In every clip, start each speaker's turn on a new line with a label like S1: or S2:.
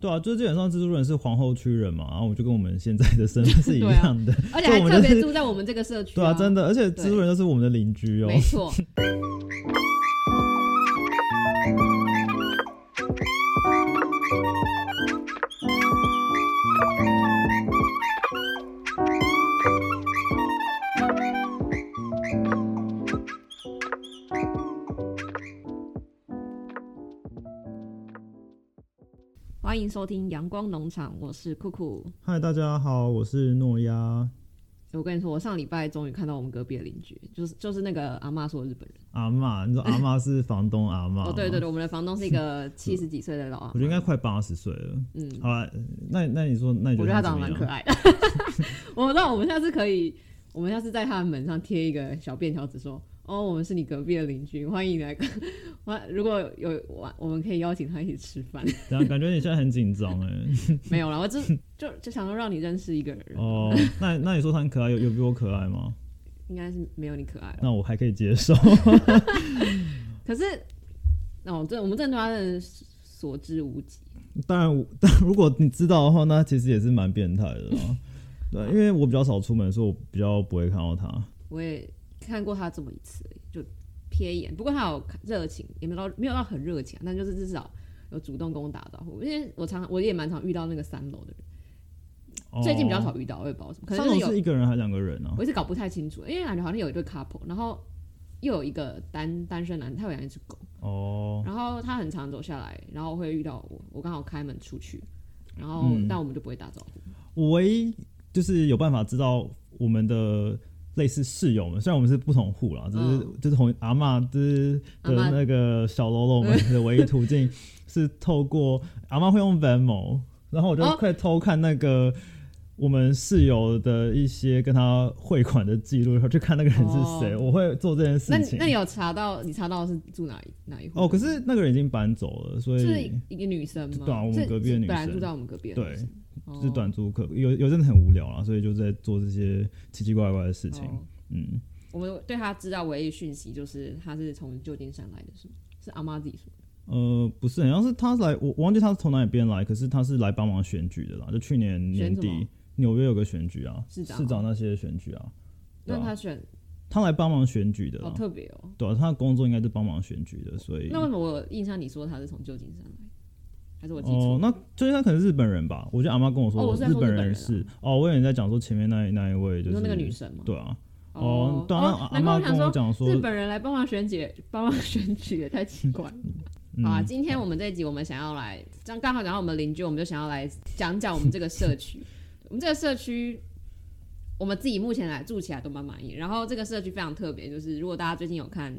S1: 对啊，就基本上蜘蛛人是皇后区人嘛，然后我就跟我们现在的 身份是一
S2: 对啊
S1: 样的，
S2: 而且
S1: 就
S2: 还
S1: 我们
S2: 特
S1: 就
S2: 别
S1: 是
S2: 住在我们这个社区、
S1: 对啊，真
S2: 的，
S1: 的，而且蜘蛛人都是我们的邻居哦、
S2: 没错。欢迎收听阳光农场，我是酷酷。
S1: 嗨，大家好，我是诺亚
S2: 我跟你说，我上礼拜终于看到我们隔壁的邻居，就是就是那个阿嬷说日本人。
S1: 阿嬷，你说阿嬷是房东阿嬷？
S2: 哦，对对对，我们的房东是一个七十几岁的老阿
S1: 我觉得应
S2: 嬷
S1: 该快八十岁了。
S2: 嗯，
S1: 好了，那那你说，那你
S2: 我
S1: 觉得
S2: 觉得他
S1: 怎么
S2: 长得蛮
S1: 样
S2: 可？爱的。 我知道，我们下次可以，我们下次在他的门上贴一个小便条纸，说：“哦，我们是你隔壁的邻居，欢迎你来跟。欢如果有我，我们可以邀请他一起吃饭。
S1: 怎啊样？感觉你现在很紧张哎。
S2: 没有啦，我就就就想说让你认识一个人，
S1: 哦，那那你说他很可爱，有有比我可爱吗？
S2: 应该是没有你可爱了。
S1: 那我还可以接受。
S2: 可是，哦，这我们真的对他真的是所知无几。
S1: 当然 我，但如果你知道的话，那其实也是蛮变态的啦。对，因为我比较少出门，所以我比较不会看到他。
S2: 我也看过他这么一次而已，就瞥一眼。不过他有热情，也没有到没有到很热情啊，但就是至少有主动跟我打招呼。因为我常我也蛮常遇到那个三楼的人，
S1: 哦
S2: 最近比较少。遇到，我也不知道为什么，可
S1: 上
S2: 能
S1: 楼
S2: 是
S1: 是
S2: 有
S1: 一个人还是两个人啊
S2: 我？一直搞不太清楚，因为感觉好像有一对 couple，然后又有一个单单身男，他有养一只狗，
S1: 哦，
S2: 然后他很常走下来，然后会遇到我，我刚好开门出去。然后，
S1: 嗯
S2: 但我们就不会打招呼。
S1: 我唯一就是有办法知道我们的类似室友们，虽然我们是不同户啦，只是、
S2: 嗯
S1: 就是同阿嬷就是
S2: 阿
S1: 的
S2: 嬷
S1: 那个小喽啰们的唯一途径是透过阿嬷会用 Venmo，然后我就
S2: 哦
S1: 会偷看那个。我们室友的一些跟他汇款的记录，然后去看那个人是谁，
S2: 哦
S1: 我会做这件事
S2: 那你
S1: 情
S2: 那。你有查到？你查到是住哪一哪一户？
S1: 嗯哦，可是那个人已经搬走了，所
S2: 是
S1: 以
S2: 一个女生吗？
S1: 对啊我们
S2: 是
S1: 隔壁的女
S2: 本来
S1: 生
S2: 住在我们隔壁的
S1: 对
S2: 女生，哦
S1: 就是短租客，有有真的很无聊啦，所以就在做这些奇奇怪怪的事情。
S2: 哦
S1: 嗯，
S2: 我们对她知道唯一讯息就是她是从旧金山来的，是吗？是阿妈自己说的。
S1: 呃，不是，好像是他来，我我忘记他是从哪里边来，可是他是来帮忙选举的啦，就去年年
S2: 选什
S1: 底
S2: 么
S1: 纽约有个选举啊，
S2: 市长哦
S1: 那些选举啊，对
S2: 那
S1: 啊，
S2: 她选
S1: 他来帮忙选举的
S2: 好
S1: 啦，
S2: 特别哦。
S1: 对啊，他的工作应该是帮忙选举的，所以
S2: 那为什么我有印象你说她是从旧金山来？还是我记
S1: 哦
S2: 错，？
S1: 那就是他可能是日本人吧，我觉得阿妈跟我说、
S2: 哦我是在说
S1: 本
S2: 日本人啊
S1: 是哦，我以为你在讲说前面那那一位就
S2: 你
S1: 是
S2: 说那个女生吗？
S1: 对啊，
S2: 哦，
S1: 对啊，
S2: 哦
S1: 那阿
S2: 难怪
S1: 妈
S2: 我想
S1: 跟我
S2: 说
S1: 讲说
S2: 日，本人来帮忙选举，帮忙选举也太奇怪了。好啊，
S1: 嗯，
S2: 今天我们这一集我们想要来，刚刚好讲到我们邻居，我们就想要来讲讲我们这个社区。 我们这个社区，我们自己目前来住起来都蛮满意。然后这个社区非常特别，就是如果大家最近有看《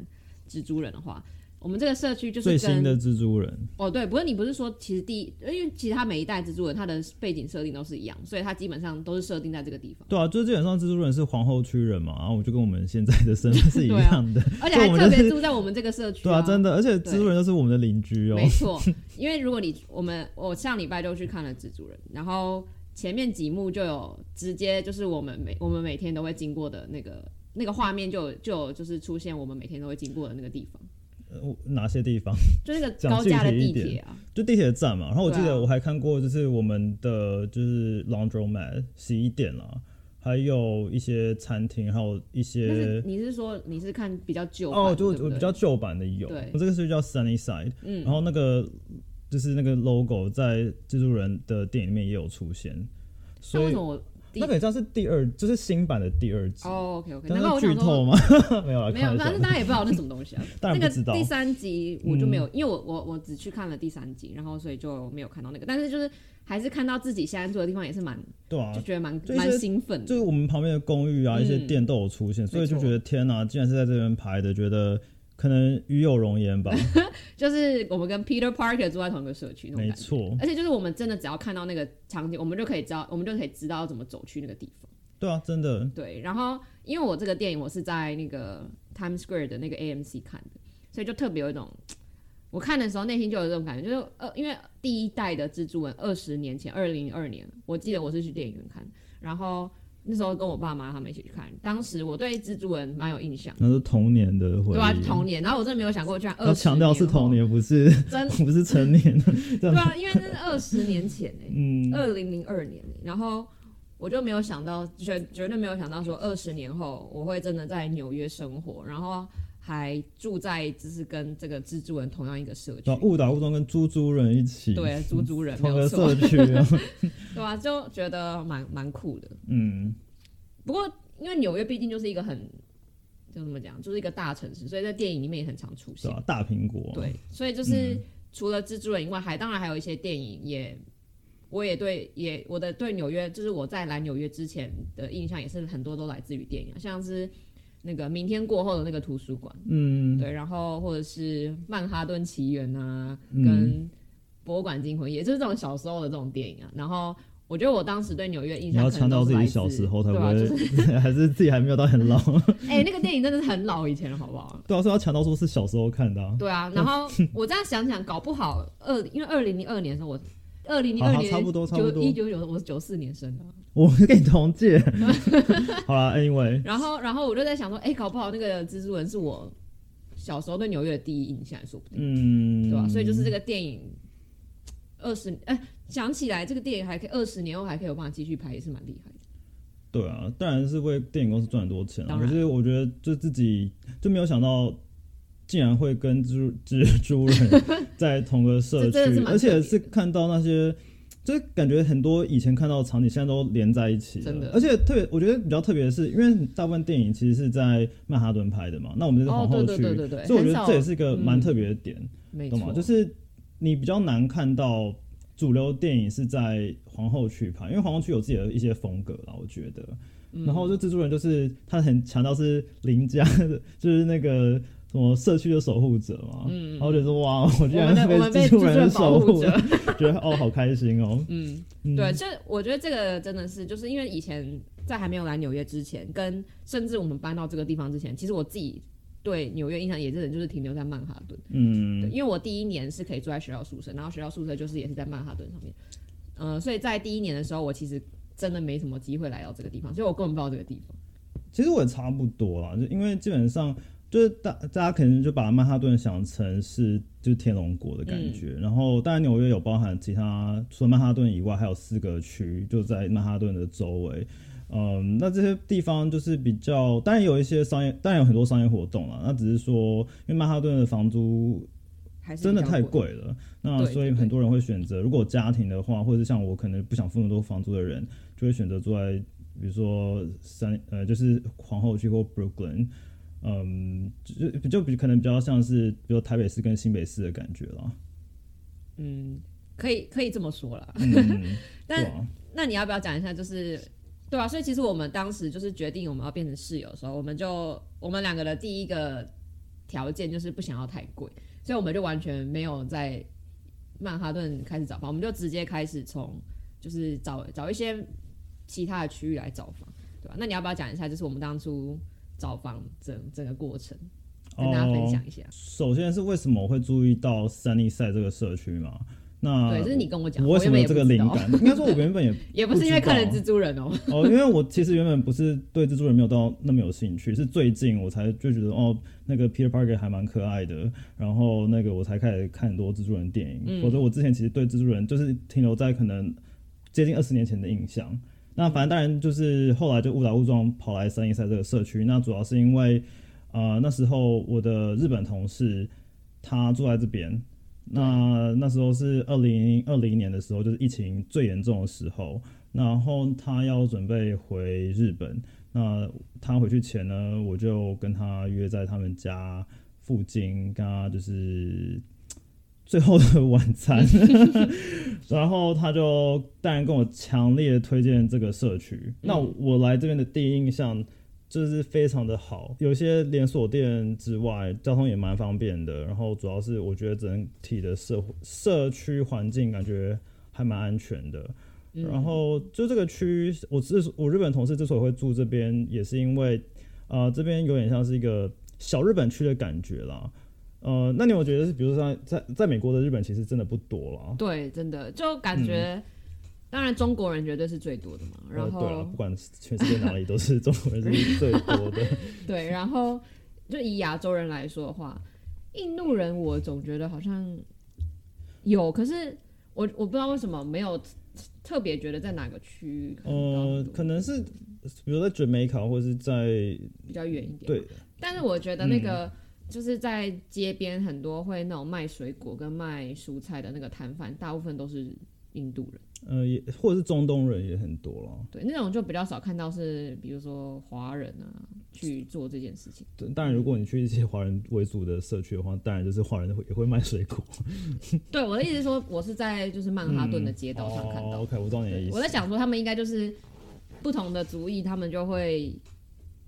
S2: 蜘蛛人》的话，我们这个社区就是
S1: 最
S2: 跟
S1: 新的蜘蛛人，
S2: 哦，对，不是你不是说其实第一，因为其实它每一代蜘蛛人它的背景设定都是一样，所以它基本上都是设定在这个地方，
S1: 对啊，就是基本上蜘蛛人是皇后区人嘛，然后我就跟我们现在的身份是一
S2: 对啊
S1: 样 的，
S2: 而且还
S1: 就我们
S2: 特
S1: 就是
S2: 别住在我们这个社区、
S1: 对啊，真的，而且蜘蛛
S2: 对
S1: 人都是我们的邻居哦。
S2: 没错，因为如果你我们我上礼拜就去看了《蜘蛛人》，然后前面几幕就有直接就是我们每我们每天都会经过的那个那个画面就有就有就是出现我们每天都会经过的那个地方，
S1: 呃我哪些地方？
S2: 就那个
S1: 讲
S2: 高架的
S1: 具体
S2: 地
S1: 一点
S2: 铁啊，
S1: 就地铁站嘛。然后我记
S2: 对啊
S1: 得我还看过，就是我们的就是 laundromat 洗衣店啦，还有一些餐厅，还有一
S2: 但
S1: 些
S2: 是你是说你是看比较旧版的
S1: 哦，就
S2: 对不
S1: 我
S2: 对
S1: 比较哦旧版的有
S2: 对，
S1: 我这个是叫 Sunny Side，
S2: 嗯
S1: 然后那个就是那个 logo 在蜘蛛人的电影里面也有出现，
S2: 那
S1: 所
S2: 为
S1: 以
S2: 什么我第
S1: 那个也算是第二，就是新版的第二集。
S2: 哦 OK OK，
S1: 但
S2: 难怪我
S1: 是
S2: 想
S1: 剧
S2: 说
S1: 透吗？ 没有啦，
S2: 没
S1: 开
S2: 有，
S1: 玩笑
S2: 反正大家也不知道那什么东西啊
S1: 。当然
S2: 那个
S1: 不知道嗯
S2: 第三集我就没有，因为我我我只去看了第三集，然后所以就没有看到那个，但是就是还是看到自己现在住的地方也是蛮，
S1: 对啊
S2: 就，觉得蛮
S1: 就一些
S2: 蛮兴奋
S1: 就是
S2: 的。
S1: 我们旁边的公寓啊，
S2: 嗯
S1: 一些店都有出现，所以就
S2: 没错
S1: 觉得天哪、竟然是在这边拍的，觉得可能与有容颜 吧，
S2: 就是我们跟 Peter Parker 住在同一个社区那种
S1: 没
S2: 感觉。
S1: 错，
S2: 而且就是我们真的只要看到那个场景，我们就可以知道，我们就可以知道要怎么走去那个地方。
S1: 对啊，真的，
S2: 对，然后因为我这个电影我是在那个 Times Square 的那个 AMC 看的，所以就特别有一种，我看的时候内心就有这种感觉，就是呃，因为第一代的蜘蛛人二十年前，二零二年，我记得我是去电影院看，然后那时候跟我爸妈他们一起去看，当时我对蜘蛛人蛮有印象，
S1: 那是童年的回忆。
S2: 对吧、童年，然后我真的没有想过居然二
S1: 要强调是童
S2: 年
S1: 年，不是
S2: 后，真
S1: 不是成年。 这
S2: 对
S1: 样，
S2: 啊，因为那是二十年前哎、
S1: 嗯，
S2: 二零零二年，欸然后我就没有想到，绝绝对没有想到说二十年后我会真的在纽约生活，然后还住在就是跟这个蜘蛛人同样一个社区
S1: 然后，啊误打误撞跟猪猪人一起，，
S2: 对，猪猪人没
S1: 同
S2: 有
S1: 个
S2: 错
S1: 社， 区啊，
S2: 对啊，就觉得蛮蛮酷的。
S1: 嗯，
S2: 不过因为纽约毕竟就是一个很就怎么讲，就是一个大城市，所以在电影里面也很常出
S1: 对
S2: 现，
S1: 吧？大苹果，
S2: 对，所以就是除了蜘蛛人以外，还当然还有一些电影也。我也对，也我的对纽约，就是我在来纽约之前的印象也是很多都来自于电影啊，像是那个明天过后的那个图书馆，
S1: 嗯，
S2: 对，然后或者是曼哈顿奇缘啊，
S1: 嗯
S2: 跟博物馆惊魂夜，就是这种小时候的这种电影啊。然后我觉得我当时对纽约印
S1: 你
S2: 象
S1: 要
S2: 可能
S1: 强
S2: 都
S1: 调
S2: 是
S1: 自
S2: 来
S1: 己
S2: 自
S1: 小时候才
S2: 对
S1: 不
S2: 啊，就是
S1: 会， 还是自己还没有到很老。
S2: 哎、那个电影真的是很老以前了，好不好？
S1: 对啊，所以要强调说是小时候看的啊。
S2: 对啊，然后我这样想想，搞不好二，因为二零零二年的时候我。二零零
S1: 好
S2: 二
S1: 好
S2: 年
S1: 差不多差
S2: 九
S1: 不多
S2: 一九九，我是九四年生的啊。
S1: 我跟你同 届，好啦 a n y w a y
S2: 然后，然后我就在想说，哎、搞不好那个蜘蛛人是我小时候对纽约的第一印象，说不定，
S1: 嗯，
S2: 对吧、所以就是这个电影二十，哎、想起来这个电影还可以二十年后还可以有办法继续拍，也是蛮厉害的。
S1: 对啊，当然是为电影公司赚很多钱啊。
S2: 当
S1: 可
S2: 然
S1: 是我觉得就自己就没有想到，竟然会跟蜘蛛蜘 蛛人在同个社
S2: 这真的是
S1: 区，
S2: 蛮
S1: 而且
S2: 特别
S1: 是看到那些。就是感觉很多以前看到的场景，现在都连在一起了
S2: 真的
S1: 而且特别，我觉得比较特别的是，因为大部分电影其实是在曼哈顿拍的嘛，那我们这是
S2: 哦
S1: 皇，后
S2: 对
S1: 区，
S2: 对对对对，
S1: 所以我觉得
S2: 很少
S1: 这也是一个蛮
S2: 嗯
S1: 特别的点。
S2: 没
S1: 懂吗？
S2: 错，
S1: 就是你比较难看到主流电影是在皇后区拍，因为皇后区有自己的一些风格啦，我觉得。
S2: 嗯
S1: 然后就蜘蛛人就是他很强调是邻家 的，就是那个什么社区的守护者嘛。嗯。然后就说哇，我居
S2: 我
S1: 然
S2: 们的我们被
S1: 蜘蛛人
S2: 人保
S1: 守
S2: 护
S1: 护
S2: 者，，
S1: 觉得哦好开心哦。
S2: 嗯，
S1: 嗯
S2: 对，这我觉得这个真的是，就是因为以前在还没有来纽约之前，跟甚至我们搬到这个地方之前，其实我自己对纽约印象也真的就是停留在曼哈顿。对，
S1: 嗯，
S2: 因为我第一年是可以住在学校宿舍，然后学校宿舍就是也是在曼哈顿上面，呃，所以在第一年的时候，我其实真的没什么机会来到这个地方，所以我根本不知道这个地方。
S1: 其实我也差不多啦，就因为基本上。就是大大家可能就把曼哈顿想成是就是天龙国的感觉，然后当然纽约有包含其他除了曼哈顿以外，还有四个区就在曼哈顿的周围。嗯，那这些地方就是比较，当然有一些商业，当然有很多商业活动啦。那只是说，因为曼哈顿的房租
S2: 还是
S1: 真的
S2: 比较
S1: 太，贵了，那
S2: 对
S1: 所以
S2: 对对
S1: 很多人会选择，如果家庭的话，或者是像我可能不想付那么多房租的人，就会选择住在比如说三呃，就是皇后区或 Brooklyn，嗯，就就比可能比较像是比如台北市跟新北市的感觉啦。
S2: 嗯，可以可以这么说啦。
S1: 嗯，对
S2: 但
S1: 啊，
S2: 那你要不要讲一下，就是对啊？所以其实我们当时就是决定我们要变成室友的时候，我们就我们两个的第一个条件就是不想要太贵，所以我们就完全没有在曼哈顿开始找房，我们就直接开始从就是找找一些其他的区域来找房，对吧、啊那你要不要讲一下，就是我们当初找房整整个过程，跟大家分
S1: 哦。
S2: 享一下？
S1: 首先是为什么我会注意到三立赛这个社区嘛？那
S2: 对，这是你跟我讲，
S1: 哦我为什
S2: 原
S1: 么
S2: 本
S1: 有
S2: 也
S1: 这
S2: 不
S1: 个
S2: 知
S1: 灵
S2: 道，
S1: 感？应该说，我原本也
S2: 也不是因为
S1: 不知道
S2: 看了蜘蛛人哦、
S1: 哦，因为我其实原本不是对蜘蛛人没有到那么有兴趣，是最近我才就觉得哦，那个 Peter Parker 还蛮可爱的，然后那个我才开始看很多蜘蛛人电影，
S2: 嗯
S1: 否则我之前其实对蜘蛛人就是停留在可能接近二十年前的印象。那反正当然就是后来就误打误撞跑来三一赛这个社区，那主要是因为呃那时候我的日本同事他住在这边。那那时候是二零二零年的时候，就是疫情最严重的时候。然后他要准备回日本，那他回去前呢，我就跟他约在他们家附近，跟他就是最后的晚餐。 然后他就当然跟我强烈推荐这个社区。那我来这边的第一印象就是非常的好，有些连锁店之外，交通也蛮方便的。然后主要是我觉得整体的社会社区环境感觉还蛮安全的。然后就这个区，我之我日本同事之所以会住这边，也是因为，呃，这边有点像是一个小日本区的感觉啦。呃，那你有觉得是，比如说像在在美国的日本其实真的不多啦。
S2: 对，真的就感觉当然中国人绝对是最多的嘛，然
S1: 呃对了，
S2: 后
S1: 不管是全世界哪里都是中国人是最多 的。
S2: 对，然后就以亚洲人来说的话，印度人我总觉得好像有，可是我我不知道为什么没有特别觉得在哪个区域看
S1: 呃，
S2: 到
S1: 可能是比如在准美卡或是在
S2: 比较远一点。
S1: 对
S2: 但是我觉得那个、就是在街边很多会那种卖水果跟卖蔬菜的那个摊贩，大部分都是印度人。
S1: 呃也或者是中东人也很多了。
S2: 对，那种就比较少看到是，比如说华人啊去做这件事情。
S1: 对当然，如果你去一些华人为主的社区的话，当然就是华人会也会卖水果。
S2: 对，我的意思是说，我是在就是曼哈顿的街道上看
S1: 哦
S2: 到。
S1: OK，我懂你的
S2: 嗯对
S1: 意思。
S2: 我在想说，他们应该就是不同的族裔，他们就会，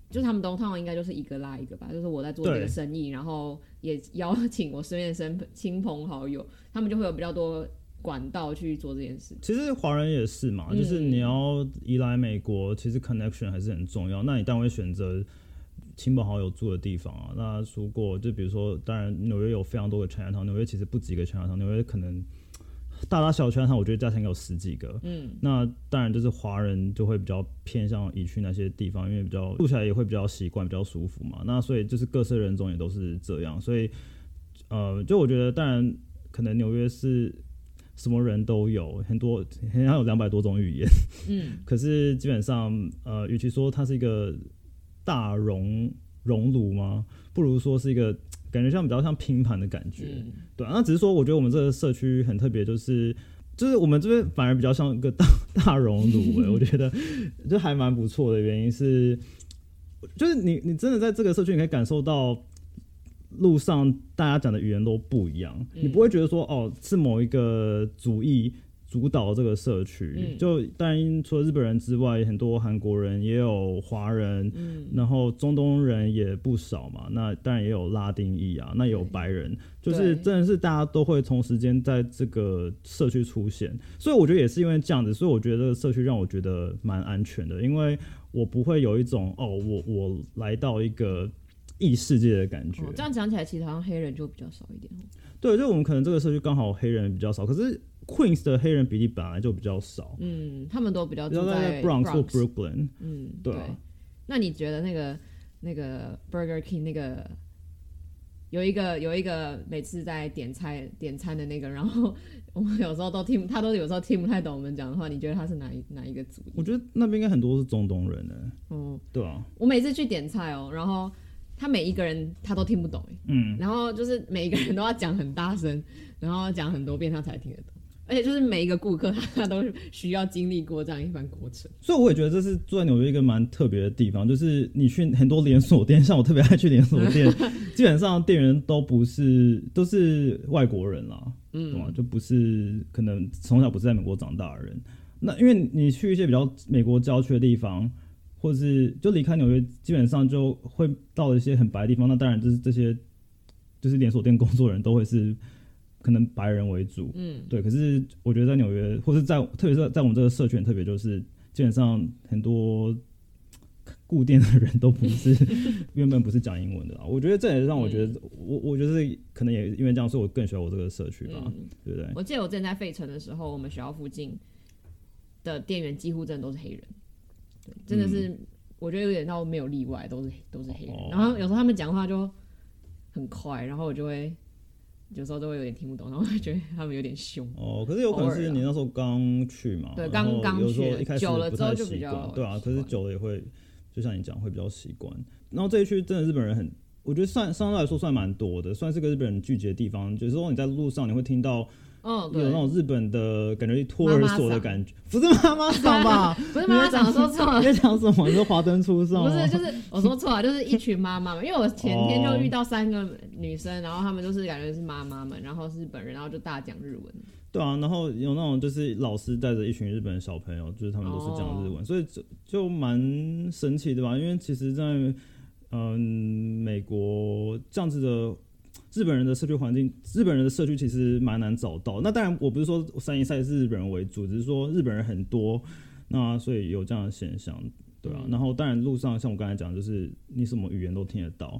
S2: 就是他们东趟应该就是一个拉一个吧。就是我在做这
S1: 对
S2: 个生意，然后也邀 请我身边的身 亲朋好友，他们就会有比较多管道去做这件事。
S1: 其实华人也是嘛，就是你要移来美国，其实 connection 还是很重要。那你当然会选择亲朋好友住的地方啊。那如果就比如说，当然纽约有非常多的 China town，纽约其实不止一个 China town，纽约可能大大小小 China town，我觉得加起来应该有十几个。
S2: 嗯，
S1: 那当然就是华人就会比较偏向移去那些地方，因为比较住起来也会比较习惯，比较舒服嘛。那所以就是各色人种也都是这样，所以呃，就我觉得当然可能纽约是什么人都有，很多好像有两百多种语言，
S2: 嗯，
S1: 可是基本上呃，与其说它是一个大熔熔炉吗，不如说是一个感觉像比较像拼盘的感觉。
S2: 嗯
S1: 对啊，那只是说，我觉得我们这个社区很特别，就是就是我们这边反而比较像一个大大熔炉诶、欸我觉得就还蛮不错的。原因是，就是你你真的在这个社区，你可以感受到路上大家讲的语言都不一样，
S2: 嗯
S1: 你不会觉得说哦是某一个族裔。主导这个社区，
S2: 嗯
S1: 就当然除了日本人之外，很多韩国人也有华人，
S2: 嗯
S1: 然后中东人也不少嘛，那当然也有拉丁裔啊，那也有
S2: 对
S1: 白人，就是
S2: 对
S1: 真的是大家都会同时间在这个社区出现，所以我觉得也是因为这样子，所以我觉得这个社区让我觉得蛮安全的，因为我不会有一种哦，我我来到一个异世界的感觉。
S2: 哦这样讲起来，其实好像黑人就比较少一点哦。
S1: 对，就我们可能这个社区刚好黑人比较少，可是 Queens 的黑人比例本来就比较少，
S2: 嗯，他们都比较
S1: 比较
S2: 住
S1: 在 Bronx
S2: Bronx
S1: 或 Brooklyn，
S2: 嗯，
S1: 对
S2: 对
S1: 啊
S2: 那你觉得那个那个 Burger King 那个有一个有一个每次在点菜点餐的那个，然后我们有时候都听他都有时候听不太懂我们讲的话，你觉得他是哪一哪一个族裔？
S1: 我觉得那边应该很多是中东人呢、
S2: 嗯，
S1: 对啊，
S2: 我每次去点菜哦，然后他每一个人他都听不懂哎，
S1: 嗯，
S2: 然后就是每一个人都要讲很大声，然后讲很多遍他才听得懂。而且就是每一个顾客，他都需要经历过这样一番过程。
S1: 所以我也觉得这是住在纽约一个蛮特别的地方，就是你去很多连锁店，像我特别爱去连锁店，基本上店员都不是都是外国人啦，嗯，懂吗？就不是可能从小不是在美国长大的人。那因为你去一些比较美国郊区的地方，或是就离开纽约，基本上就会到一些很白的地方。那当然就是这些就是连锁店工作人都会是可能白人为主，
S2: 嗯，
S1: 对，可是我觉得在纽约，或是在特别是在我们这个社群，特别就是基本上很多固定的人都不 是原本不是讲英文的啦。我觉得这也让我觉
S2: 嗯
S1: 得，我我觉得是可能也因为这样，所以我更喜欢我这个社区吧，
S2: 嗯
S1: 对不对？
S2: 我记得我之前在费城的时候，我们学校附近的店员几乎真的都是黑人，对，真的是、我觉得有点到没有例外，都是都是黑人。
S1: 嗯哦
S2: 然后有时候他们讲话就很快，然后我就会有时候都会有点听不懂，然后我就觉得他们有点凶。
S1: 哦，可是有可能是你那时候刚去嘛，
S2: 啊对
S1: 然后
S2: 刚刚
S1: 有时候
S2: 去
S1: 一开始
S2: 久了
S1: 不
S2: 之后
S1: 太
S2: 就
S1: 习
S2: 比较
S1: 惯对啊，
S2: 习
S1: 可是
S2: 惯
S1: 久了也会，就像你讲会比较习惯。然后这一区真的日本人很，我觉得算相对来说算蛮多的，算是个日本人聚集的地方。有时候你在路上你会听到
S2: 哦，
S1: 有那
S2: 对，
S1: 种日本的感觉，托儿所的感觉，不是妈妈桑 吧？
S2: 不是妈妈想说错
S1: 你在
S2: 了。
S1: 讲什么？你是华灯初上啊
S2: 不
S1: 吗？
S2: 是，就是我说错了，就是一群妈妈们，因为我前天
S1: 哦
S2: 就遇到三个女生，然后她们就是感觉是妈妈们，然后是日本人，然后就大讲日文。
S1: 对啊，然后有那种就是老师带着一群日本的小朋友，就是他们都是讲日文，所以就就蛮神奇的吧？因为其实在，嗯美国这样子的日本人的社区环境，日本人的社区其实蛮难找到。那当然，我不是说三一赛是日本人为主，只是说日本人很多，那所以有这样的现象。对啊，
S2: 嗯
S1: 然后当然路上像我刚才讲，就是你什么语言都听得到，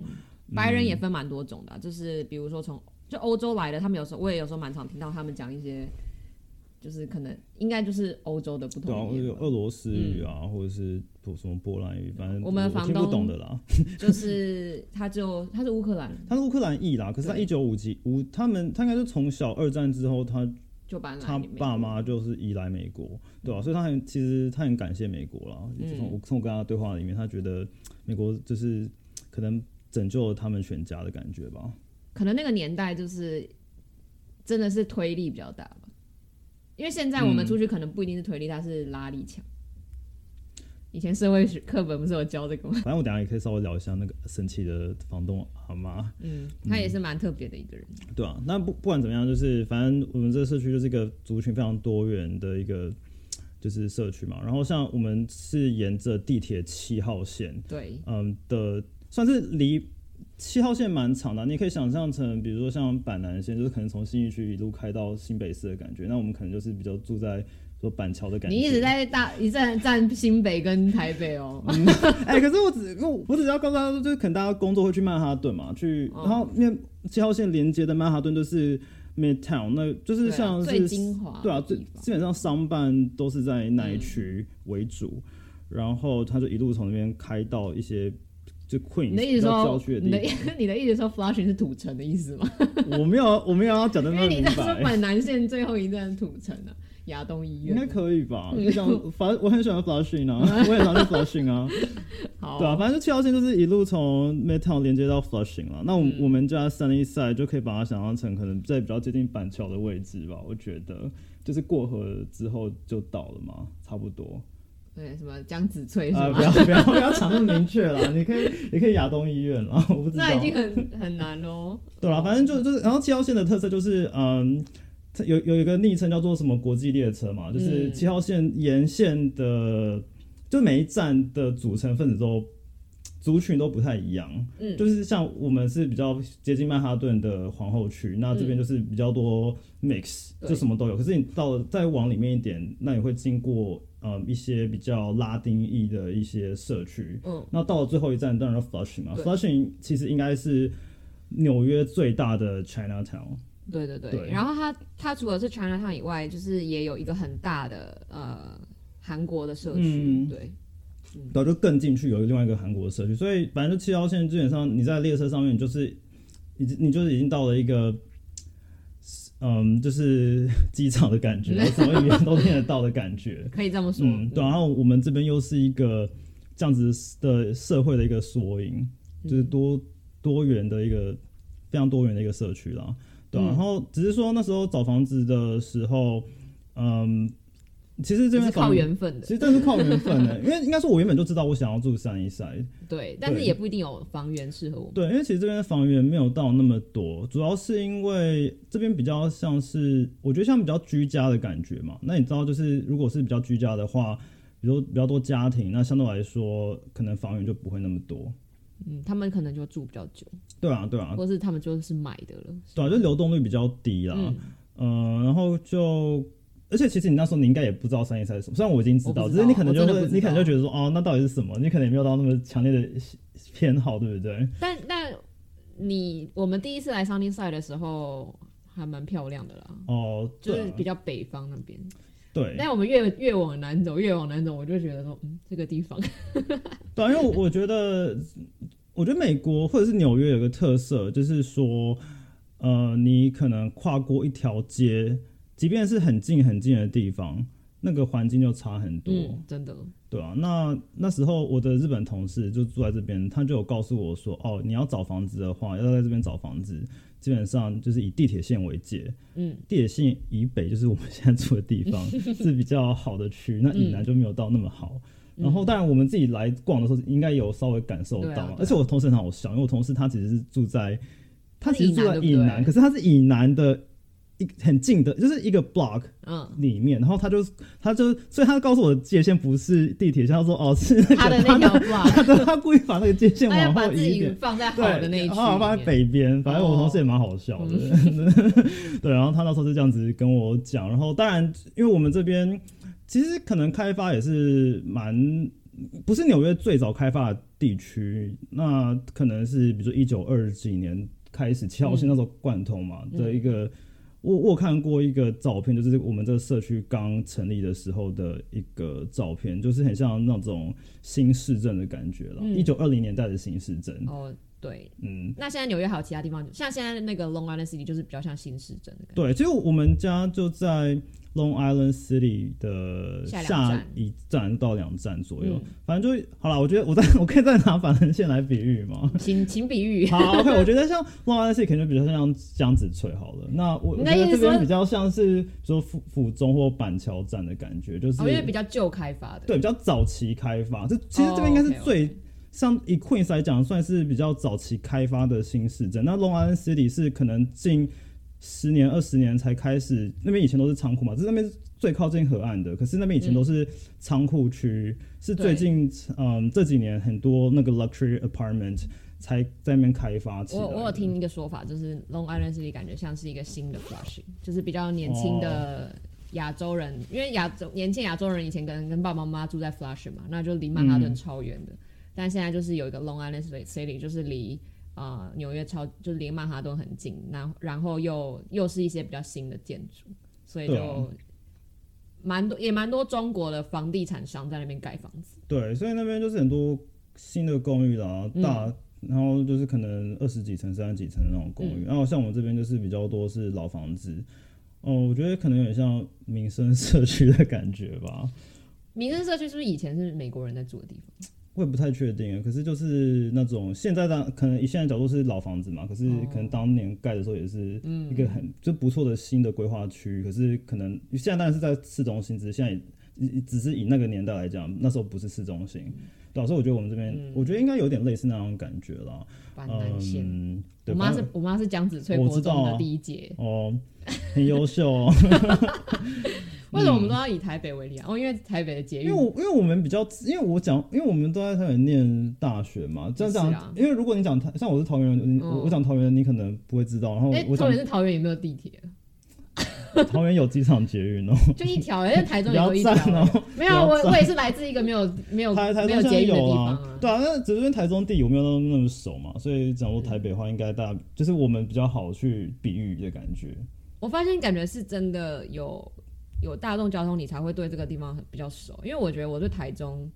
S2: 白人也分蛮多种的啊、就是比如说从就欧洲来的，他们有时候我也有时候蛮常听到他们讲一些就是可能应该就是欧洲的不
S1: 对啊，
S2: 同
S1: 我
S2: 语
S1: 有
S2: 言吧，
S1: 俄罗斯语啊，或者是普什么波兰语，反正
S3: 我们房
S1: 听不
S3: 东
S1: 懂的啦。
S2: 就是他就他是乌克兰
S1: 他是乌克兰裔啦，可是他
S2: 对
S1: 一九五几五，他们他应该是从小二战之后，他
S2: 就搬来
S1: 他
S2: 美国嗯
S1: 爸妈就是移来美国，对吧、所以他很其实他很感谢美国啦。也就从我从我跟他的对话里面，他觉得美国就是可能拯救了他们全家的感觉 吧。
S2: 可能那个年代就是真的是推力比较大吧，因为现在我们出去可能不一定是推力，它是拉力强。以前社会学课本不是有教这个吗？
S1: 反正我等一下也可以稍微聊一下那个神奇的房东阿妈，
S2: 嗯，他也是蛮特别的一个人。
S1: 对啊，那不不管怎么样，就是反正我们这个社区就是一个族群非常多元的一个就是社区嘛。然后像我们是沿着地铁七号线，
S2: 对，
S1: 嗯的，算是离七号线蛮长的。你可以想象成，比如说像板南线，就是可能从新义区一路开到新北市的感觉。那我们可能就是比较住在说板桥的感觉。
S2: 你一直在大一站站新北跟台北哦，
S1: 哎、可是我只我我只要告诉大家，就是可能大家工作会去曼哈顿嘛，去、
S2: 哦
S1: 然后因为七号线连接的曼哈顿就是 Midtown，那就是
S2: 对啊
S1: 像是
S2: 最精华
S1: 对啊，
S2: 的
S1: 最
S2: 地方
S1: 基本上商办都是在那一区为主，然后他就一路从那边开到一些就 Queen
S2: 你的意
S1: 比
S2: 思
S1: 较郊
S2: 说
S1: 区的
S2: 你
S1: 地
S2: 的
S1: 方。
S2: 你的意思说 Flushing 是土城的意思吗？
S1: 我没有，我没有要讲的
S2: 因
S1: 那么
S2: 为你
S1: 明
S2: 在说
S1: 白，
S2: 板南线最后一站是土城啊，亚东医
S1: 应该
S2: 院。
S1: 可以 吧？
S2: 嗯
S1: 就像反正我很喜欢 Flushing 啊， 我也常去 Flushing 啊，
S2: 好，
S1: 对啊，反正就七号线就是一路从 Midtown 连接到 Flushing 了。那
S2: 嗯
S1: 我们、我们家 Sunny Side 就可以把它想象成可能在比较接近板桥的位置吧，我觉得就是过河之后就到了嘛，差不多。
S2: 对什么江子翠是
S1: 啊、
S2: 吗
S1: 不？要不要不要讲那么明确了，你可以你可以亚东医院啦，我不知道。
S2: 那已经很很难喽。
S1: 对啦，反正就就是，然后七号线的特色就是，嗯，它有有一个昵称叫做什么国际列车嘛，就是
S2: 嗯
S1: 七号线沿线的，就每一站的组成分子都族群都不太一样，
S2: 嗯
S1: 就是像我们是比较接近曼哈顿的皇后区，那这边就是比较多 mix，、
S2: 嗯对
S1: 就什么都有。可是你到了再往里面一点，那你会经过呃一些比较拉丁裔的一些社区，
S2: 嗯，
S1: 那到了最后一站，当然是 Flushing 嘛。
S2: 对
S1: Flushing 其实应该是纽约最大的 China Town，
S2: 对对对。
S1: 对
S2: 然后它它除了是 Chinatown 以外，就是也有一个很大的呃韩国的社区，
S1: 嗯
S2: 对，
S1: 然后就更进去有另外一个韩国的社区，所以反正就七号线基本上你在列车上面，你就是已经你就是已经到了一个。嗯，就是机场的感觉，什么语言都听得到的感觉。
S2: 可以这么说。
S1: 嗯，对啊。然后我们这边又是一个这样子的社会的一个缩影，
S2: 嗯
S1: 就是多多元的一个非常多元的一个社区啦，对啊、
S2: 嗯
S1: 然后只是说那时候找房子的时候，嗯，其实这
S2: 是
S1: 边
S2: 靠
S1: 房
S2: 缘分的
S1: 其，实真的是靠缘分的、因为应该说我原本就知道我想要住三一三，
S2: 对，但是也不一定有房源适合我们。
S1: 对，因为其实这边的房源没有到那么多，主要是因为这边比较像是，我觉得像比较居家的感觉嘛。那你知道，就是如果是比较居家的话，比如说比较多家庭，那相对来说可能房源就不会那么多。
S2: 嗯，他们可能就住比较久，
S1: 对啊，对啊，
S2: 或是他们就是买的了。
S1: 对啊，就流动率比较低啦。
S2: 嗯，
S1: 嗯，然后就，而且其实你那时候你应该也不知道三一三是什么，虽然我已经知道，
S2: 我不知
S1: 只
S2: 道
S1: 是你可能就
S2: 我真的
S1: 会，
S2: 不知道
S1: 你可能就觉得说，哦，那到底是什么？你可能也没有到那么强烈的偏好，对不对？
S2: 但但你我们第一次来桑尼赛的时候，还蛮漂亮的啦，
S1: 哦，
S2: 就
S1: 对
S2: 是
S1: 啊
S2: 比较北方那边。
S1: 对，
S2: 但我们越越往南走，越往南走，我就觉得说，嗯，这个地方，
S1: 对啊，因为我我觉得，我觉得美国或者是纽约有个特色，就是说，呃，你可能跨过一条街，即便是很近很近的地方，那个环境就差很多，
S2: 嗯，真的，
S1: 对啊，那那时候我的日本同事就住在这边，他就有告诉我说，哦，你要找房子的话，要在这边找房子，基本上就是以地铁线为界，
S2: 嗯，
S1: 地铁线以北就是我们现在住的地方是比较好的区，那以南就没有到那么好。然后，当然我们自己来逛的时候，应该有稍微感受
S2: 嗯对啊
S1: 到嘛
S2: 对啊。
S1: 而且我同事很好笑，因为我同事他其实是住在，他
S2: 他
S1: 其
S2: 是
S1: 实住在以
S2: 以南对不对
S1: 南，可是他是以南的一很近的，就是一个 block，
S2: 嗯，
S1: 里面，然后他就他就，所以他告诉我的界限不是地铁线，他说哦是那个
S2: 他的那条 block，
S1: 他的他故意把那个 界限
S2: 他要
S1: 往
S2: 把
S1: 后
S2: 自
S1: 移一
S2: 己
S1: 点，
S2: 放在好
S1: 对，
S2: 的那一
S1: 然
S2: 区
S1: 后放在
S2: 里面，哦
S1: 北边，反正我同事也蛮好笑的，
S2: 嗯
S1: 对，然后他那时候就这样子跟我讲，然后当然因为我们这边其实可能开发也是蛮。不是纽约最早开发的地区，那可能是比如说一九二几年开始七号线那时候贯通嘛、
S2: 嗯
S1: 的一个我我有看过一个照片，就是我们这个社区刚成立的时候的一个照片，就是很像那种新市镇的感觉了。
S2: 嗯
S1: 一九二零年代的新市镇，
S2: 哦，对。
S1: 嗯，
S2: 那现在纽约还有其他地方，像现在那个 Long Island City 就是比较像新市镇的感觉。
S1: 对，其实我们家就在 Long Island City 的
S2: 下两
S1: 下
S2: 站
S1: 一站到两站左右，
S2: 嗯
S1: 反正就好了。我觉得我再 我可以再拿反横线来比喻吗？
S2: 请请比喻，
S1: 好，OK，我觉得像 Long Island City 可能就比较像江子翠好了。那我我
S2: 你
S1: 觉
S2: 的意
S1: 得
S2: 思
S1: 这边
S2: 说
S1: 比较像是说府府中或板桥站的感觉，就是、
S2: 哦因为比较旧开发的。
S1: 对比较早期开发。这其实这边应该是
S2: 哦，OK，OK
S1: 最、像以 Queens 来讲，算是比较早期开发的新市镇。那 Long Island City 是可能近十年、二十年才开始，那边以前都是仓库嘛，只是那边是最靠近河岸的。可是那
S2: 嗯
S1: 边以前都是仓库区，是最近嗯这几年很多那个 luxury apartment 才在那边开发起来
S2: 我
S1: 的。
S2: 我有听一个说法，就是 Long Island City 感觉像是一个新的 Flushing，就是比较年轻的
S1: 哦
S2: 亚洲人，因为亚洲年轻亚洲人以前可能跟爸爸妈妈住在 Flushing 嘛，那就离曼哈
S1: 嗯
S2: 顿超远的，但现在就是有一个 Long Island City，就是离啊纽约超，就是离曼哈顿很近，那然后又又是一些比较新的建筑，所以
S1: 对啊
S2: 就蛮多也蛮多中国的房地产商在那边盖房子。
S1: 对，所以那边就是很多新的公寓啦，大，然后就是可能二十几层、三十几层的那种公寓。然后像我们这边就是比较多是老房子，哦，我觉得可能有点像民生社区的感觉吧，
S2: 民生社区是不是以前是美国人在住的地方？
S1: 我也不太确定。啊可是就是那种现在当可能以现在角度是老房子嘛，可是可能当年盖的时候也是
S2: 嗯
S1: 一个很、就不错的新的规划区。可是可能现在当然是在市中心，只是现在也只只是以那个年代来讲，那时候不是市中
S2: 嗯
S1: 心。老师，我觉得我们这边，我觉得应该有点类似那种感觉啦。
S2: 板南线。
S1: 嗯，
S2: 我
S1: 对，
S2: 妈
S1: 反
S2: 是
S1: 正
S2: 我妈是江子翠
S1: 我
S2: 国
S1: 知道
S2: 中的
S1: 啊
S2: 第一届，
S1: 哦，很优秀哦。
S2: 为什么我们都要以台北为例啊？哦，因为台北的捷
S1: 因
S2: 运
S1: 为，我因为我们比较，因为我讲，因为我们都在台北念大学嘛，这样
S2: 也
S1: 讲，
S2: 是啊
S1: 因为如果你讲台，像我是桃园人，你
S2: 嗯
S1: 我我讲桃园人，你可能不会知道。然后
S2: 哎，
S1: 我
S2: 重
S1: 讲
S2: 点是桃园有没有 地铁？
S1: 桃园有机场捷运哦，
S2: 就一条，哎，台中
S1: 比
S2: 也
S1: 较
S2: 有一条
S1: 赞。哦。
S2: 没有，啊
S1: 不要
S2: 我
S1: 赞
S2: 我也是来自一个没有 没有
S1: 台台
S2: 没
S1: 中
S2: 有
S1: 现在
S2: 捷运的地
S1: 有
S2: 方
S1: 啊，
S2: 啊。
S1: 对啊，那只是台中地有没有那么那么熟嘛，所以讲说台北话，应该大家就是我们比较好去比喻的感觉。
S2: 我发现感觉是真的有有大众交通，你才会对这个地方很比较熟。因为我觉得我对台中，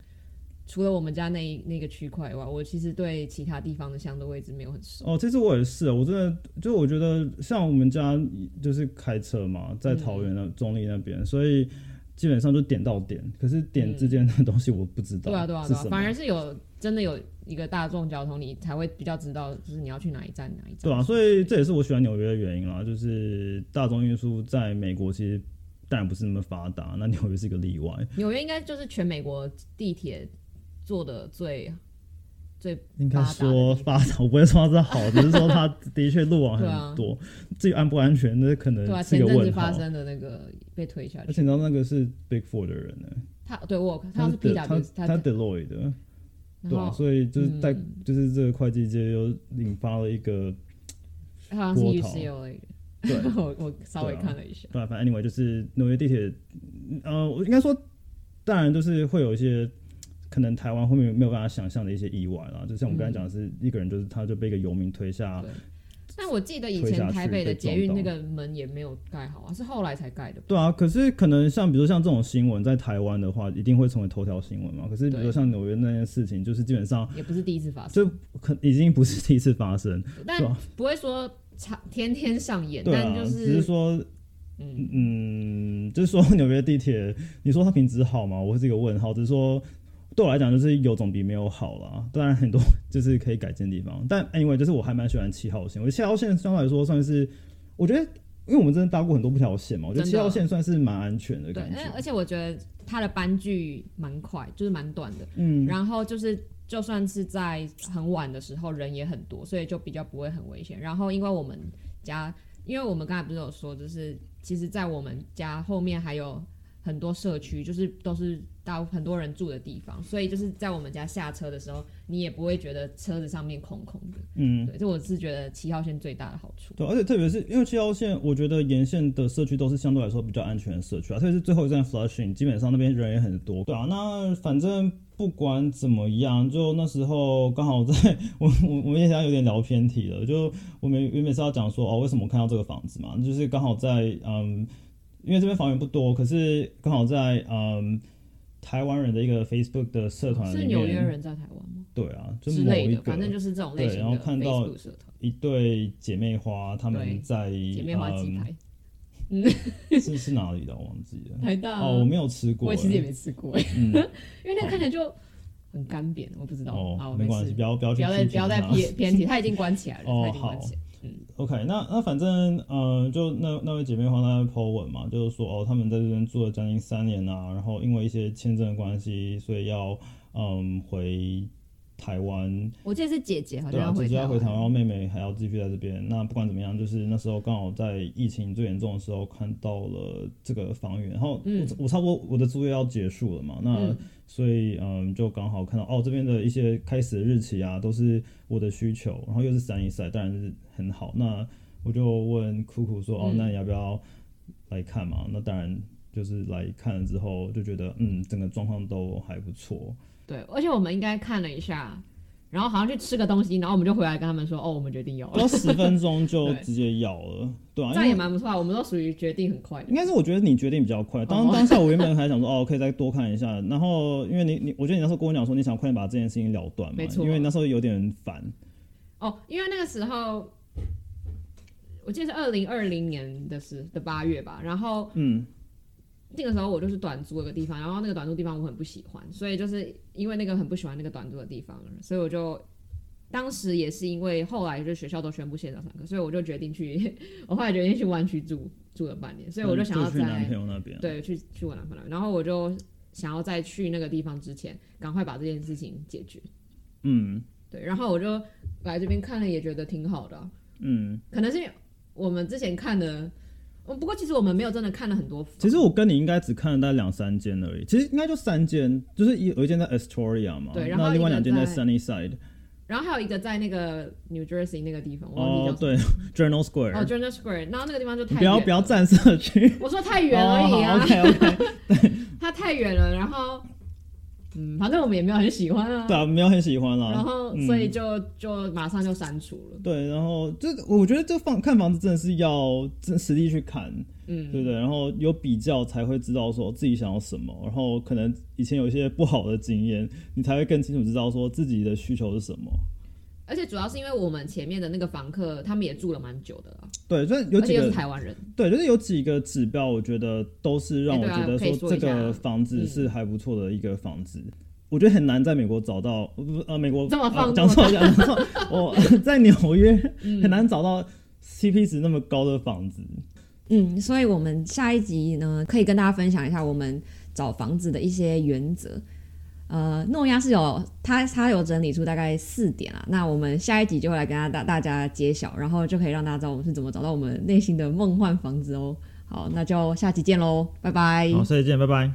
S2: 除了我们家那一那个区块以外，我其实对其他地方的相对位置没有很熟。
S1: 哦，其实我也是，我真的就我觉得像我们家就是开车嘛，在桃
S2: 嗯
S1: 园那中立那边，所以基本上就点到点，可是点之间的东西我不知道，
S2: 嗯对啊，对啊，
S1: 是
S2: 对啊
S1: 什，么？
S2: 反而是有真的有一个大众交通，你才会比较知道，就是你要去哪一站哪一站。
S1: 对啊，所以这也是我喜欢纽约的原因啦，就是大众运输在美国其实当然不是那么发达，那纽约是一个例外，
S2: 纽约应该就是全美国地铁做的最最
S1: 应该
S2: 发达的
S1: 说
S2: 地方
S1: 发达，我不会说它是好，只是说它的确路网
S2: 对啊
S1: 很多，至于安不安全，那可能
S2: 对啊，
S1: 是一
S2: 前
S1: 个
S2: 阵
S1: 问
S2: 子
S1: 号
S2: 发。生的那个被推下
S1: 而
S2: 去，
S1: 且你知道那个是 Big Four 的人呢、
S2: 他对我有看他是
S1: 德他
S2: PW
S1: 他 Deloitte 的，对
S2: 然
S1: 啊，
S2: 后
S1: 所以就是在、
S2: 嗯
S1: 就是这个会计界又引发了一 个，
S2: 他好像是
S1: 波涛
S2: UCLA 的，
S1: 对
S2: 我我稍微
S1: 对啊
S2: 看了一下，
S1: 对啊，反正 anyway 就是纽约地铁，呃，我应该说，当然就是会有一些可能台湾后面没有办法想象的一些意外啦，就像我们刚才讲的是、一个人就是他就被一个游民推下
S2: 嗯对，但我记得以
S1: 推下
S2: 前
S1: 去
S2: 台北的捷
S1: 被
S2: 运
S1: 撞
S2: 那
S1: 到
S2: 个门也没有盖好啊，是后来才盖的吧。
S1: 对啊，可是可能像比如像这种新闻在台湾的话，一定会成为头条新闻嘛，可是比如
S2: 对
S1: 像纽约那件事情，就是基本上
S2: 也不是第一次发生，
S1: 就可已经不是第一次发生，
S2: 但
S1: 对啊
S2: 不会说常天天上演，
S1: 对
S2: 但
S1: 啊，
S2: 就
S1: 只是说
S2: 嗯，
S1: 嗯，就是说 纽约地铁，你说它品质好吗？我是一个问号。只是说对我来讲，就是有总比没有好啦。当然很多就是可以改进的地方，但 anyway，就是我还蛮喜欢七号线。我觉得七号线相对来说算是，我觉得因为我们真的搭过很多不条线嘛，我觉得
S2: 真
S1: 七
S2: 的
S1: 号线算是蛮安全的
S2: 对
S1: 感，
S2: 那
S1: 觉。
S2: 而且我觉得它的班距蛮快，就是蛮短的。
S1: 嗯，
S2: 然后就是就算是在很晚的时候，人也很多，所以就比较不会很危险。然后因为我们家，因为我们刚才不是有说，就是其实，在我们家后面还有很多社区，就是都是大很多人住的地方，所以就是在我们家下车的时候，你也不会觉得车子上面空空的。
S1: 嗯，
S2: 对，这我是觉得七号线最大的好处。
S1: 对，啊而且特别是因为七号线，我觉得沿线的社区都是相对来说比较安全的社区啊，特别是最后一站 Flushing，基本上那边人也很多。对啊，那反正不管怎么样，就那时候刚好在我我我们也想有点聊偏题了，就我们原本是要讲说哦，为什么我看到这个房子嘛，就是刚好在嗯，因为这边房源不多，可是刚好在嗯。台湾人的一个 Facebook 的社团里
S2: 是
S1: 面，
S2: 纽约人在台湾吗？
S1: 对啊，就
S2: 之
S1: 某
S2: 类
S1: 一
S2: 的，
S1: 个，
S2: 反正就是这种类
S1: 对
S2: 型
S1: 然后
S2: 的
S1: 看到
S2: Facebook 社团，
S1: 一对姐妹花，她
S2: 对
S1: 们在
S2: 姐妹花鸡排，
S1: 嗯、 是是哪里的？我忘记了。
S2: 台大啊
S1: 哦，我没有吃过
S2: 我
S1: 欸。
S2: 其实也没吃过，因
S1: 嗯，
S2: 为那个看起来就很干瘪，我不知道。好，
S1: 哦，
S2: 没
S1: 没关
S2: 事
S1: 系，，不要不要
S2: 不
S1: 去
S2: 要再
S1: 批
S2: 不要
S1: 评
S2: 再
S1: 它
S2: 偏偏 题，他已经关起来了，
S1: 哦
S2: 他已经关起来了。
S1: OK，那那反正呃，就那那位姐妹花她在 po 文嘛，就是说哦，他们在这边住了将近三年啊，然后因为一些签证的关系，所以要嗯回台湾，
S2: 我记得是姐姐好
S1: 对
S2: 像
S1: 啊，
S2: 要
S1: 姐
S2: 回
S1: 姐要回台湾，
S2: 湾
S1: 然，后妹妹还要继续在这边。那不管怎么样，就是那时候刚好在疫情最严重的时候看到了这个房源，然后我、
S2: 嗯
S1: 我差不多我的租约要结束了嘛，那、
S2: 嗯
S1: 所以嗯，就刚好看到哦，这边的一些开始的日期啊，都是我的需求，然后又是三一赛，当然是很好。那我就问酷酷说，哦，
S2: 嗯
S1: 那你要不要来看嘛？那当然就是来看了之后就觉得，嗯，整个状况都还不 错。
S2: 对，而且我们应该看了一下，然后好像去吃个东西，然后我们就回来跟他们说，哦，我们决定有
S1: 不
S2: 了
S1: 到，十分钟就
S2: 对
S1: 直接要了，对啊，因
S2: 这样
S1: 为
S2: 也蛮不错啊。我们都属于决定很快的
S1: 应，该是我觉得你决定比较快。当
S2: 哦
S1: 当下我原本还想说，哦，可以再多看一下。然后因为你你，我觉得你那时候跟我讲说，你想快点把这件事情了断嘛
S2: 没，错
S1: 因为你那时候有点烦。
S2: 哦，因为那个时候。我记得是二零二零年的时的八月吧，然后
S1: 嗯
S2: 那个时候我就是短租了个地方，然后那个短租地方我很不喜欢，所以就是因为那个很不喜欢那个短租的地方，所以我就当时也是因为后来就是学校都宣布线上上课，所以我就决定去， 我后来决定去湾区住住了半年，所以我就想要
S1: 嗯去男
S2: 在
S1: 朋友那边。
S2: 对去去我男朋友那边，然后我就想要在去那个地方之前赶快把这件事情解决，
S1: 嗯
S2: 对，然后我就来这边看了也觉得挺好的啊、
S1: 嗯，
S2: 可能是因为我们之前看的，嗯，不过其实我们没有真的看了很多房，
S1: 其实我跟你应该只看了大概两三间而已，其实应该就三间，就是一有一间在 Astoria 嘛，
S2: 对然后
S1: 那另外
S2: 一个
S1: 两间在
S2: 在
S1: Sunnyside。
S2: 然后还有一个在那个 New Jersey 那个地方，我忘记叫
S1: 哦，
S2: 什么
S1: 对 ，Journal
S2: 哦
S1: Square。
S2: Journal Square，然后那个地方就
S1: 你
S2: 太
S1: 不要
S2: 远，
S1: 不要，占社区。哦
S2: 我说太远而已啊，
S1: OK OK，
S2: 它太远了，然后嗯，反正我们也没有很喜欢啊，
S1: 对啊，没有很喜欢啦。
S2: 然后
S1: 嗯
S2: 所以就就马上就删除了，
S1: 对，然后这个我觉得这房看房子真的是要真实地去看，对
S2: 嗯，
S1: 不对？然后有比较才会知道说自己想要什么，然后可能以前有一些不好的经验，你才会更清楚知道说自己的需求是什么。
S2: 而且主要是因为我们前面的那个房客他们也住了蛮久的了，
S1: 对，所以有
S2: 而
S1: 几
S2: 且又是
S1: 个
S2: 台湾人，
S1: 对，就是有几个指标，我觉得都是让
S2: 哎
S1: 我
S2: 对啊
S1: 觉得
S2: 可以
S1: 说
S2: 说
S1: 这
S2: 一下嗯
S1: 个房子是还不错的一个房子。我觉得很难在美国找到，呃不呃，美国
S2: 这么
S1: 呃
S2: 放嗯
S1: 讲错讲错， 我在纽约很难找到 CP 值那么高的房子。
S4: 嗯，所以我们下一集呢，可以跟大家分享一下我们找房子的一些原则。呃，诺亚是有他他有整理出大概四点啊，那我们下一集就会来跟大大大家揭晓，然后就可以让大家知道我们是怎么找到我们内心的梦幻房子哦。好，那就下期见喽，拜拜。
S1: 下次见，拜拜。